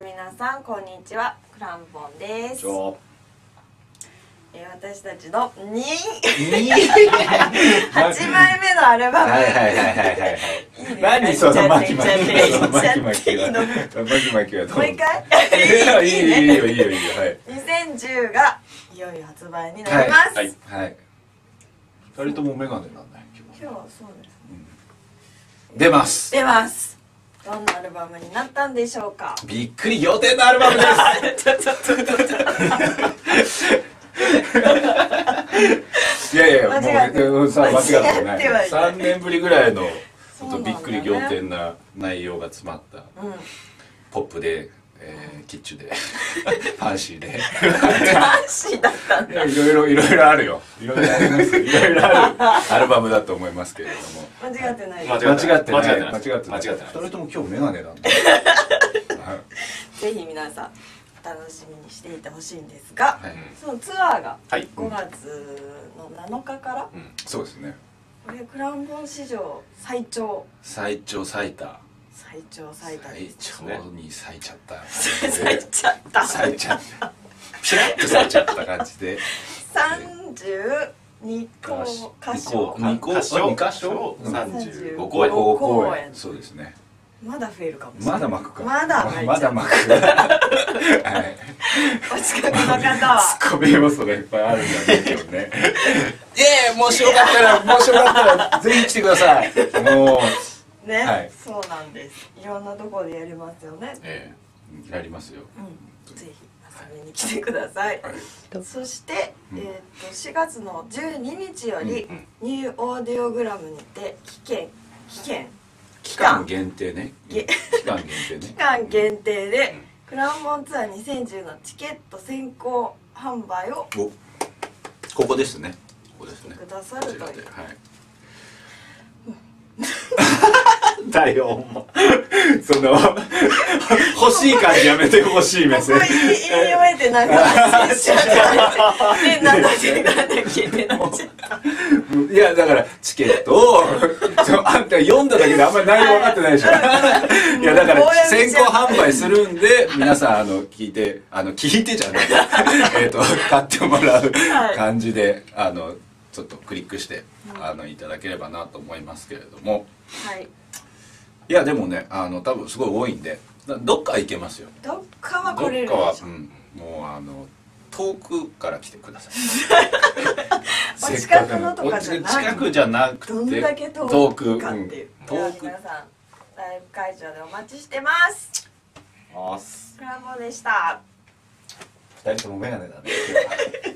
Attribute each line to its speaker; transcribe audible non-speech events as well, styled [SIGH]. Speaker 1: 皆さんこんにちはクランボンです
Speaker 2: じゃあ
Speaker 1: えー私たちの2
Speaker 2: 8
Speaker 1: 8枚目のアルバム、
Speaker 2: はいはいはいはいはい
Speaker 1: いいね
Speaker 2: はい何その巻き巻き
Speaker 1: 言っちゃって
Speaker 2: 巻
Speaker 1: 言
Speaker 2: き巻き
Speaker 1: っちゃっていいの
Speaker 2: は巻き巻きはどう
Speaker 1: もう一回
Speaker 2: [LAUGHS] いいよいいよいいよいいよはい
Speaker 1: 2010がいよいよ発売になります、
Speaker 2: はいはい二人ともメガネなんだよ今日
Speaker 1: 今日はそうです
Speaker 2: 出ます
Speaker 1: 出ますどんなアルバムになったんでしょう
Speaker 2: [LAUGHS]
Speaker 1: か
Speaker 2: びっくり仰天のアルバムです
Speaker 1: ちょちょちょちょちょ
Speaker 2: [LAUGHS] いやいや
Speaker 1: 間違って
Speaker 2: もうさ間違って
Speaker 1: 間違
Speaker 2: な
Speaker 1: ってはいない
Speaker 2: い3年ぶりぐらいのち
Speaker 1: そ
Speaker 2: ょ
Speaker 1: う
Speaker 2: っ
Speaker 1: な
Speaker 2: と
Speaker 1: んだ
Speaker 2: び
Speaker 1: よね
Speaker 2: っくり仰天な内容が詰まった
Speaker 1: うん
Speaker 2: ポップで、えーキッチュで [LAUGHS] ファンシーで [LAUGHS]
Speaker 1: 男子だったん
Speaker 2: い
Speaker 1: だ
Speaker 2: やいろいろいろいろあるよいろいろありますいろいろあるアルバムだと思いますけれども
Speaker 1: 間違ってない
Speaker 3: 間違
Speaker 2: 間違っ
Speaker 3: ってて
Speaker 2: な
Speaker 3: ないい
Speaker 2: 間違ってない
Speaker 3: 間違ってない
Speaker 2: 二人とも今日メガ [LAUGHS] ネなんだはい
Speaker 1: ぜひ皆さんお楽しみにしていてほしいんですが、
Speaker 2: はい
Speaker 1: そのツアーが
Speaker 3: はい
Speaker 1: 5月の7日から、
Speaker 2: そうですね
Speaker 1: これクランボン史上最長
Speaker 2: 最長最多
Speaker 1: 最長最
Speaker 2: 最
Speaker 1: 多です
Speaker 2: 長に咲いちゃった [LAUGHS]
Speaker 1: 咲いちゃった
Speaker 2: 咲いちゃったピラッと咲いちゃった感じ [LAUGHS] で
Speaker 1: 32公歌唱
Speaker 2: 二個
Speaker 3: 2
Speaker 2: 箇所
Speaker 3: 35
Speaker 1: 35
Speaker 3: 公演
Speaker 1: 公公
Speaker 2: 五公
Speaker 1: 演
Speaker 2: 演そうですね
Speaker 1: まだ増えるかもしれない
Speaker 2: まだ巻くか
Speaker 1: まだ巻いちゃう
Speaker 2: まだ巻くはい
Speaker 1: お近くの方
Speaker 2: [LAUGHS]
Speaker 1: は
Speaker 2: ツッコミ要素がいっぱ [LAUGHS] いあるんだね今日ねいやいやもしよかったらもしよかったらぜひ来てくださいもう
Speaker 1: ね、
Speaker 2: はい
Speaker 1: そうなんですいろんなところでやりますよね
Speaker 2: ええやりますよ
Speaker 1: うんぜひ遊びに来てください、そして、
Speaker 2: うん
Speaker 1: えー、と4月の12日より、
Speaker 3: うん
Speaker 1: ニューオーディオグラムにて期間期間
Speaker 2: 期間限定ね
Speaker 1: げ
Speaker 2: 期間限定ね
Speaker 1: 期間限定で、クランボンツアー2010のチケット先行販売を
Speaker 2: おここですねここですね
Speaker 1: くださ
Speaker 2: こ
Speaker 1: る
Speaker 2: ちら
Speaker 1: と
Speaker 2: で
Speaker 1: いう
Speaker 2: はいだよお前その欲しい感じやめてほしい目
Speaker 1: ここ
Speaker 2: 線
Speaker 1: 言い終えてなんか発信しちゃってでなんだっけなんだっけってなっちゃった
Speaker 2: いやだからチケットをそのあんた読んだだけであんまり内容分かってないでしょいやだか
Speaker 1: もう
Speaker 2: ら
Speaker 1: 応援し
Speaker 2: 先
Speaker 1: ちゃう
Speaker 2: 行販売するんで皆さんあの聞いてあの聞いてじゃないえっと買ってもらう
Speaker 1: はい
Speaker 2: 感じであのちょっとクリックしてあのいただければなと思いますけれども
Speaker 1: はい
Speaker 2: いやでもねあの多分すごい多いんでだどっか行けますよ
Speaker 1: どっかは
Speaker 2: ど
Speaker 1: 来
Speaker 2: っ
Speaker 1: れるでし
Speaker 2: かは、
Speaker 1: ょ
Speaker 2: うん、もうあの遠くから来てく
Speaker 1: [LAUGHS]
Speaker 2: ださい
Speaker 1: お近くのとかじゃない
Speaker 2: お近くじゃなくて
Speaker 1: どんだけ
Speaker 2: 遠
Speaker 1: 遠
Speaker 2: く
Speaker 1: くかっていう
Speaker 2: うん
Speaker 1: では
Speaker 2: 遠く
Speaker 1: 皆さんライブ会場でお待ちしてます
Speaker 3: あっす
Speaker 1: クランボでした
Speaker 2: 二人ともメガネだね